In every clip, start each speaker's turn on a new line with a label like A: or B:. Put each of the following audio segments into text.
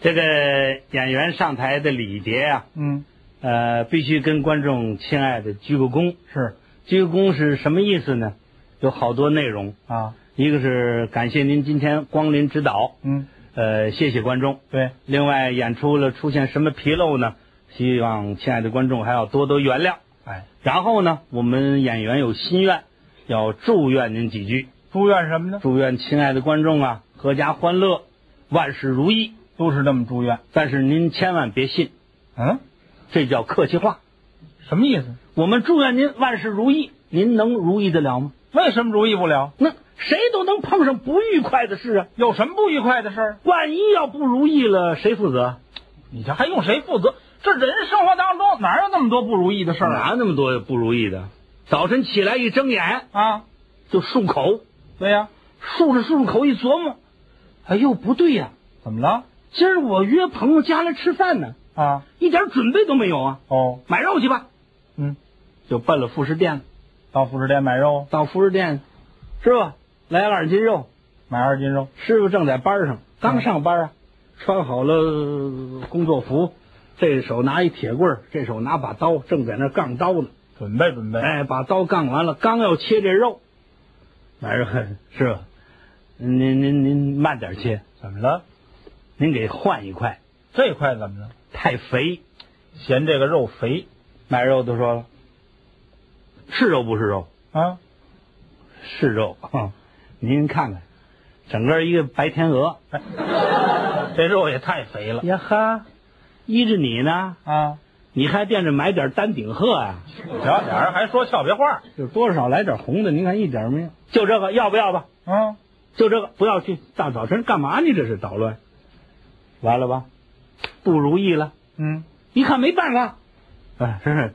A: 这个演员上台的礼节啊，
B: 嗯，
A: 呃，必须跟观众亲爱的鞠个躬。
B: 是
A: 鞠个躬是什么意思呢？有好多内容，
B: 啊，
A: 一个是感谢您今天光临指导，
B: 嗯，
A: 呃，谢谢观众。
B: 对，
A: 另外，演出了出现什么纰漏呢？希望亲爱的观众还要多多原谅。
B: 哎，
A: 然后呢，我们演员有心愿，要祝愿您几句，
B: 祝愿什么呢？
A: 祝愿亲爱的观众啊，阖家欢乐，万事如意。
B: 都是这么祝愿。
A: 但是您千万别信，
B: 嗯，
A: 这叫客气话。
B: 什么意思？
A: 我们祝愿您万事如意，您能如意得了吗？
B: 为什么如意不了？
A: 那谁都能碰上不愉快的事啊，
B: 有什么不愉快的事儿？
A: 万一要不如意了，谁负责？
B: 你这还用谁负责？这人生活当中哪有那么多不如意的事儿啊？
A: 哪有那么多不如意的？早晨起来一睁眼
B: 啊，
A: 就漱口，
B: 对呀、
A: 漱着漱着口一琢磨，哎呦不对呀、
B: 怎么了？
A: 今儿我约朋友家来吃饭呢，
B: 啊，
A: 一点准备都没有啊，
B: 哦，
A: 买肉去吧，
B: 嗯，
A: 就奔了副食店了。
B: 到副食店买肉，
A: 到副食店，师傅来了二斤肉，
B: 买二斤肉，
A: 师傅正在班上，刚上班啊，穿好了呃工作服，这手拿一铁棍儿，这手拿把刀，正在那儿杠刀呢。
B: 准备准备。
A: 哎，把刀杠完了，刚要切这肉，来人师傅，您您您慢点切，
B: 怎么了？
A: 您给换一块，
B: 这块怎么了？
A: 太肥。
B: 嫌这个肉肥
A: 买肉的说了，是肉不是肉？
B: 啊？
A: 是肉。哼您看看，整个一个白天鹅
B: 这肉也太肥了
A: 呀哈，依着你呢，
B: 啊！
A: 你还惦着买点丹顶鹤 啊？
B: 小点儿还说俏皮话
A: 就多少来点红的，您看一点没有？就这个要不要吧？
B: 啊？
A: 就这个不要去，大早晨干嘛？你这是捣乱，完了吧？不如意了，
B: 嗯，
A: 一看没办法，哎，真是，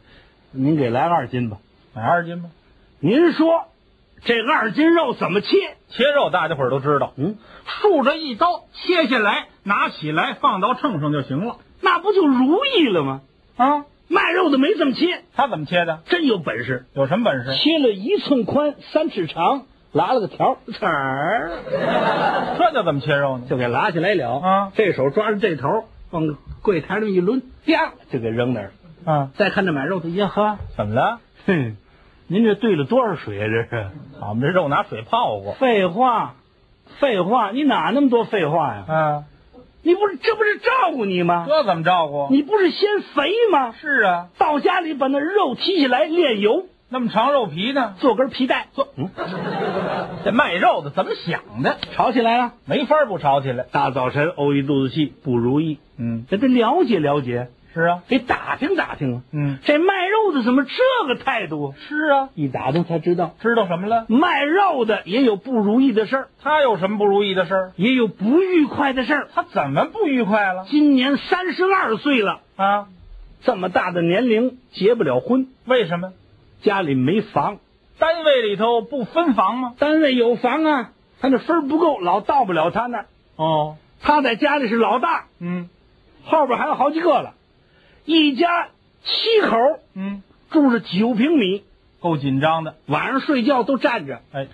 A: 您给来二斤吧。
B: 买二斤吧。
A: 您说这个二斤肉怎么切？
B: 切肉大家伙儿都知道，
A: 嗯，
B: 竖着一刀切下来，拿起来放到秤上就行了
A: 那不就如意了吗？
B: 啊。
A: 卖肉的没这么切，
B: 他怎么切的？
A: 真有本事，
B: 有什么本事？
A: 切了一寸宽，三尺长，拉了个条，刺儿
B: 这叫怎么切肉呢？
A: 就给拉起来了。
B: 啊
A: 这手抓着这头，往柜台那么一抡，啪就给扔那儿了。
B: 啊，
A: 再看这买肉的，呀呵，
B: 怎么了？
A: 哼，您这兑了多少水啊？这是
B: 啊我们这肉拿水泡过
A: 废话，废话，你哪那么多废话呀？
B: 啊，
A: 你不是这不是照顾你吗？
B: 这怎么照顾？
A: 你不是先肥吗？
B: 哦是啊，
A: 到家里把那肉剔下来炼油，
B: 那么长肉皮呢？
A: 做根皮带，做、嗯、
B: 这卖肉的怎么想的？
A: 炒起来了。
B: 没法不吵起来。
A: 大早晨怄一肚子气，不如意，
B: 嗯，
A: 给他了解了解，
B: 是啊，
A: 给打听打听啊。
B: 嗯，
A: 这卖肉的怎么这个态度？
B: 是啊，
A: 一打听才知道，
B: 知道什么了？
A: 卖肉的也有不如意的事儿，
B: 他有什么不如意的事儿？
A: 也有不愉快的事儿。
B: 他怎么不愉快了
A: 今年三十二岁了，
B: 啊？
A: 这么大的年龄结不了婚，
B: 为什么？
A: 家里没房，
B: 单位里头不分房吗？
A: 单位有房啊，他那分儿不够，老到不了他那儿。
B: 哦，
A: 他在家里是老大，
B: 嗯
A: 后边还有好几个了，一家七口
B: 嗯，
A: 住着九平米，
B: 够紧张的。
A: 晚上睡觉都站着，
B: 哎，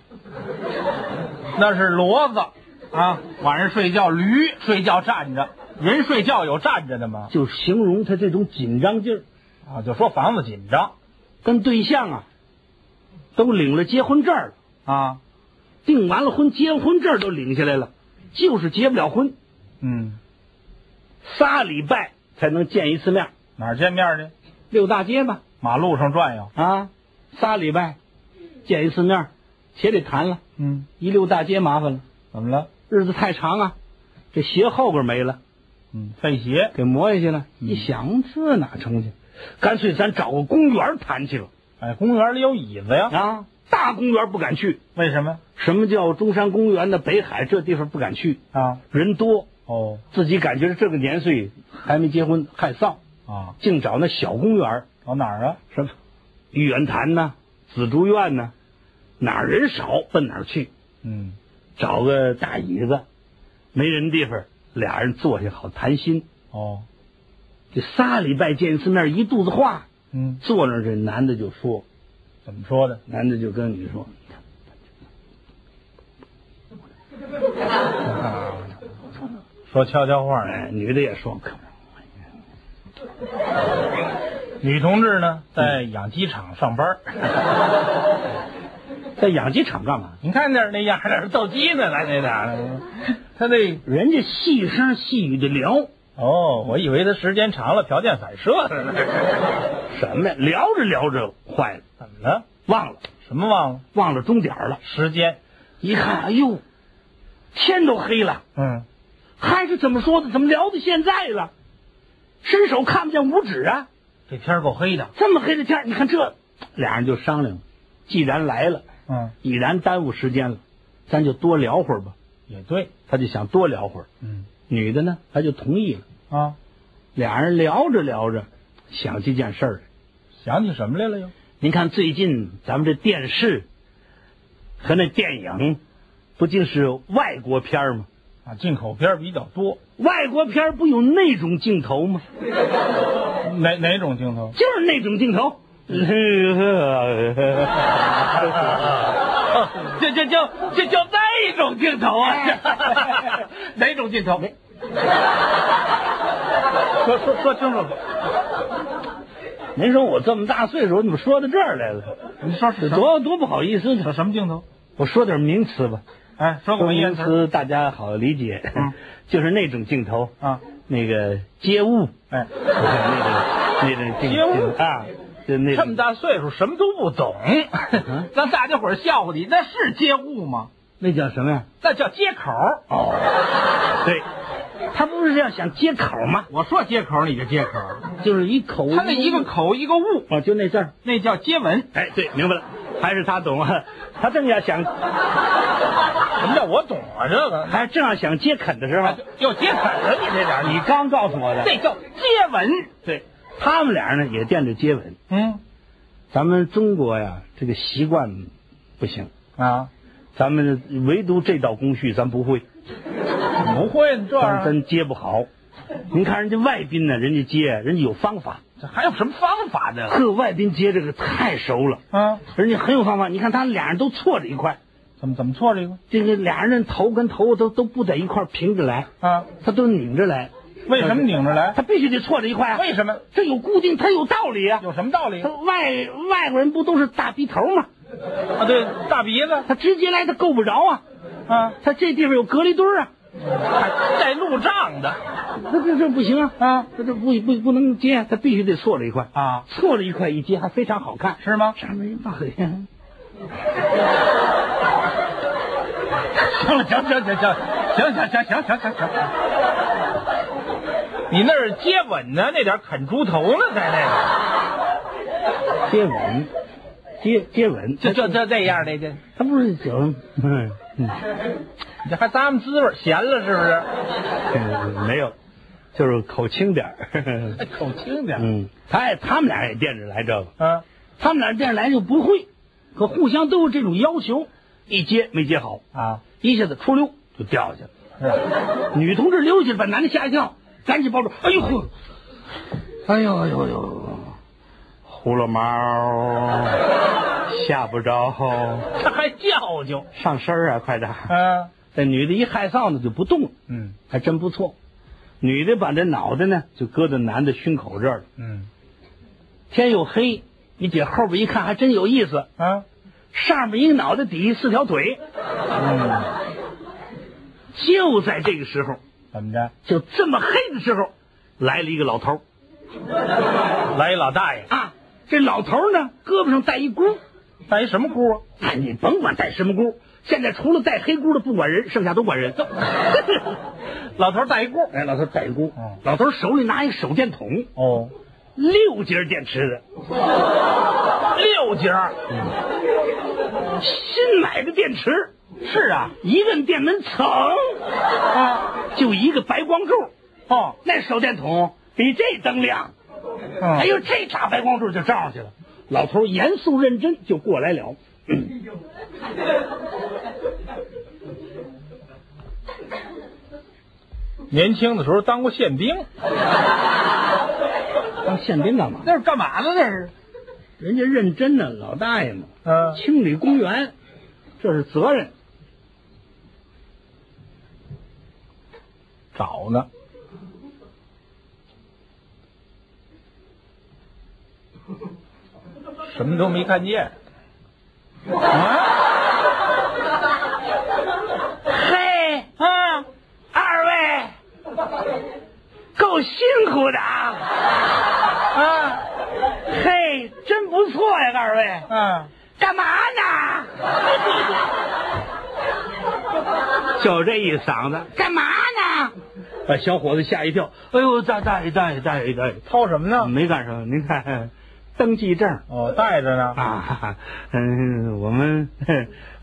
B: 那是骡子啊，晚上睡觉驴睡觉站着，人睡觉有站着的吗？
A: 就形容他这种紧张劲儿，
B: 啊，就说房子紧张
A: 跟对象啊都领了结婚证了，
B: 啊，
A: 订完了婚，结婚证都领下来了，就是结不了婚，
B: 嗯，
A: 仨礼拜才能见一次面。
B: 哪儿见面去？
A: 溜大街吧，
B: 马路上转悠，
A: 啊，仨礼拜见一次面，鞋得谈了，
B: 嗯，
A: 一溜大街麻烦了，
B: 怎么了？
A: 日子太长啊，这鞋后边没了，
B: 嗯，费鞋
A: 给磨下去了。一想这哪成去？干脆咱找个公园谈去吧。
B: 哎，公园里有椅子呀？
A: 啊，大公园不敢去，
B: 为什么
A: 什么叫中山公园呢？北海这地方不敢去，
B: 啊？
A: 人多，
B: 哦
A: 自己感觉这个年岁还没结婚害臊，
B: 啊，
A: 净找那小公园，
B: 找哪儿啊？
A: 什么玉渊潭呐、紫竹院呐、哪儿人少奔哪儿去。
B: 嗯，
A: 找个大椅子，没人地方，俩人坐下好谈心。
B: 哦，
A: 这仨礼拜见一次面，一肚子话，
B: 嗯，
A: 坐那儿这男的就说，
B: 怎么说的？
A: 男的就跟你说，
B: 说说悄悄话呢。
A: 哎，女的也说，可
B: 女同志呢，在养鸡场上班儿，
A: 在养鸡场干嘛？
B: 你看那儿那样儿，那是斗鸡呢，咱这俩， 他那
A: 人家细声细语的聊
B: 哦，我以为他时间长了条件反射了呢，
A: 什么呀？聊着聊着坏了，
B: 怎么了？
A: 忘了
B: 什么忘了
A: 忘了终点儿了。
B: 时间？
A: 一看，哎呦，天都黑了，
B: 嗯，
A: 还是怎么说的？怎么聊到现在了？伸手看不见五指啊！
B: 这天儿够黑的，
A: 这么黑的天儿，你看这，俩人就商量，既然来了，
B: 嗯，
A: 已然耽误时间了，咱就多聊会儿吧。
B: 也对，
A: 他就想多聊会儿，
B: 嗯
A: 女的呢，她就同意了。
B: 啊，
A: 俩人聊着聊着，想起件事儿来。
B: 想起什么来了又？
A: 您看最近咱们这电视和那电影，不竟是外国片儿吗？
B: 啊，进口片儿比较多，
A: 外国片儿不有那种镜头吗？
B: 哪哪种镜头？
A: 就是那种镜 头。
B: 这这叫这叫那种镜头啊？哪种镜 头？说说说清楚了。
A: 您说我这么大岁数，怎么说到这儿来了？
B: 你说
A: 这
B: 是
A: 多
B: 多
A: 多不好意思呢！
B: 说什么镜头？
A: 我说点名词吧，
B: 哎，说个文言
A: 名
B: 词
A: 词大家好理解，
B: 嗯
A: 就是那种镜头，
B: 啊！
A: 那个街物，
B: 哎，
A: 那个那种镜
B: 街舞
A: 头啊，就那
B: 这么
A: 种
B: 大岁数什么都不懂， 让大家伙儿笑话你，那是街物吗？
A: 那叫什么呀？
B: 那叫街口。哦
A: 对，他不是要想接口吗？
B: 我说街口，你就接口。嗯
A: 就是一口，
B: 他那一个口一个物，
A: 啊，就那字儿。
B: 那叫接吻。
A: 哎，对，明白了，还是他懂啊。 他正要想，
B: 什么叫我懂 啊？这个
A: 还正要想接啃的时候，
B: 又接口了，你这点儿
A: 你刚告诉我的。
B: 这叫接吻。
A: 对，他们俩呢也惦着接吻。
B: 嗯
A: 咱们中国呀，这个习惯不行，
B: 啊，
A: 咱们唯独这道工序咱不会，
B: 不会这
A: 咱
B: 样，
A: 咱接不好。您看人家外宾呢，人家接，人家有方法，
B: 这还有什么方法呢？
A: 呵，外宾接这个太熟了，
B: 啊，
A: 人家很有方法。你看他俩人都错着一块，
B: 怎么怎么错这个
A: 这个俩人头跟头都都不在一块儿平着来，
B: 啊？
A: 他都拧着来。
B: 为什么拧着来？
A: 他必须得错着一块啊！
B: 为什么？
A: 这有固定，它有道理啊。
B: 有什么道理
A: 他外外国人不都是大鼻头吗？
B: 啊？对，大鼻子
A: 他直接来他够不着啊，
B: 啊，
A: 他这地方有隔离墩儿啊，
B: 带路障的
A: 那这这不行啊，
B: 啊
A: 他这不不不能接，啊他必须得错着一块，
B: 啊，
A: 错着一块一接还非常好看。
B: 是吗？
A: 上面一大黑呀，
B: 行了，行行行行行行行行行行行。 你那是接吻呢，那点儿啃猪头呢，在那个，
A: 接吻，接接吻，
B: 就就就这样的，这你
A: 他不是整，嗯嗯
B: 这还咂摸滋味儿，咸了是不是？
A: 嗯，没有，就是口轻点儿。
B: 哎口轻点 儿
A: 嗯，他也他们俩也惦着来这个。
B: 啊，
A: 他们俩这样来就不会，可互相都有这种要求，一接没接好
B: 啊，
A: 一下子出溜就掉下去
B: 是吧
A: 了。女同志溜下去把男的吓一跳，赶紧抱住，哎呦呵，哎呦哎呦哎呦，胡了毛，吓不着，
B: 这还叫究
A: 上身儿啊，快点！
B: 啊，
A: 这女的一害臊呢就不动了，
B: 嗯
A: 还真不错。女的把这脑袋呢就搁到男的胸口这儿了，
B: 嗯
A: 天又黑，你姐后边一看还真有意思，
B: 啊，
A: 上面一个脑袋，底下四条腿。
B: 嗯，
A: 就在这个时候，
B: 怎么着？
A: 就这么黑的时候，来了一个老头
B: 来一老大爷，
A: 儿啊。这老头儿呢，胳膊上带一箍，
B: 带一什么箍啊？
A: 哎，你甭管带什么箍，现在除了带黑箍的不管人，剩下都管人。
B: 老头带一箍。
A: 哎，老头儿带一箍
B: 嗯，
A: 老头儿手里拿一手电筒，
B: 哦，
A: 六节电池的，
B: 六节儿
A: 新买的电池，
B: 是啊
A: 一摁电门，噌，
B: 啊
A: 就一个白光柱，
B: 哦，
A: 那手电筒比这灯亮。
B: 哎
A: 哎
B: 呦，
A: 呦，这大白光柱就照上去了。老头儿严肃认真就过来了。
B: 年轻的时候当过宪兵，
A: 当啊宪兵干嘛？
B: 那是干嘛的？那是
A: 人家认真呢，老大爷嘛，
B: 嗯
A: 清理公园，这是责任。
B: 找 呢。什么都没看见。啊
A: 嘿，
B: 啊！
A: 二位够辛苦的啊！
B: 啊
A: 嘿，真不错呀，二位，
B: 啊！
A: 干嘛呢？就这一嗓子，干嘛呢？把小伙子吓一跳。哎呦，大大爷，大爷，大爷，大爷，
B: 掏什么呢？
A: 没干什么。您看，登记证
B: 哦，带着呢。
A: 啊，嗯，我们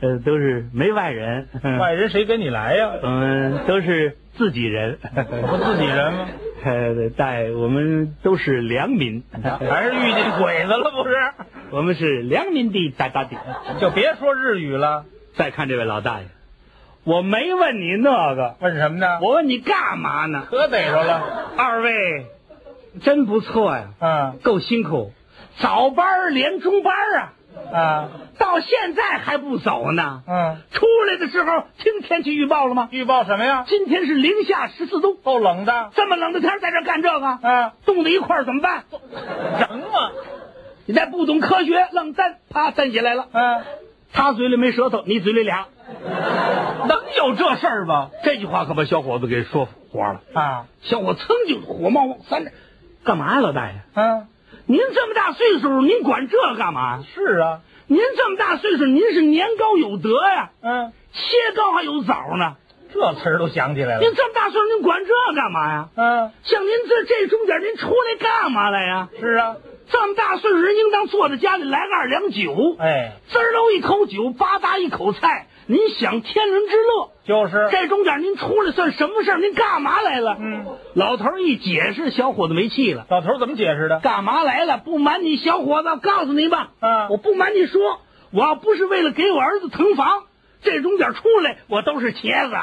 A: 呃都是没外人，嗯
B: 外人谁跟你来呀？
A: 我们嗯都是自己人，
B: 我不自己人吗？
A: 呃，但我们都是良民，
B: 还是遇见鬼子了不是？
A: 我们是良民的大大的。
B: 就别说日语了，
A: 再看这位老大爷，我没问你那个，
B: 问什么呢？
A: 我问你干嘛呢？
B: 可逮着了。
A: 二位真不错呀，
B: 啊
A: 够辛苦，早班儿连中班儿啊，
B: 啊
A: 到现在还不走呢。
B: 嗯！
A: 出来的时候听天气预报了吗？
B: 预报什么呀？
A: 今天是零下十四度，
B: 够冷的
A: 这么冷的天儿在这儿干这个，
B: 啊！
A: 冻在一块儿怎么办？
B: 整嘛
A: 你再不懂科学，愣单，啪单起来了。
B: 啊！
A: 他嘴里没舌头，你嘴里俩，
B: 能有这事儿吗？
A: 这句话可把小伙子给说火了。
B: 啊
A: 小伙噌就火冒冒三着，干嘛呀，老大爷？
B: 啊！
A: 您这么大岁数，您管这干嘛？
B: 是啊，
A: 您这么大岁数，您是年高有德呀，
B: 嗯，
A: 切糕还有枣呢。
B: 这词儿都想起来了
A: 您。这么大岁数，您管这干嘛呀？
B: 嗯，
A: 像您这这钟点，您出来干嘛来呀？
B: 是啊，
A: 这么大岁数人，应当坐在家里来个二两酒，
B: 哎，
A: 滋儿喽一口酒，吧嗒一口菜，您享天伦之乐。
B: 就是，
A: 这钟点您出来算什么事儿？您干嘛来了？
B: 嗯，
A: 老头儿一解释，小伙子没气了。
B: 老头儿怎么解释的？
A: 干嘛来了？不瞒你，小伙子，告诉你吧，
B: 啊
A: 我不瞒你说，我要不是为了给我儿子腾房，这钟点出来，我都是茄子。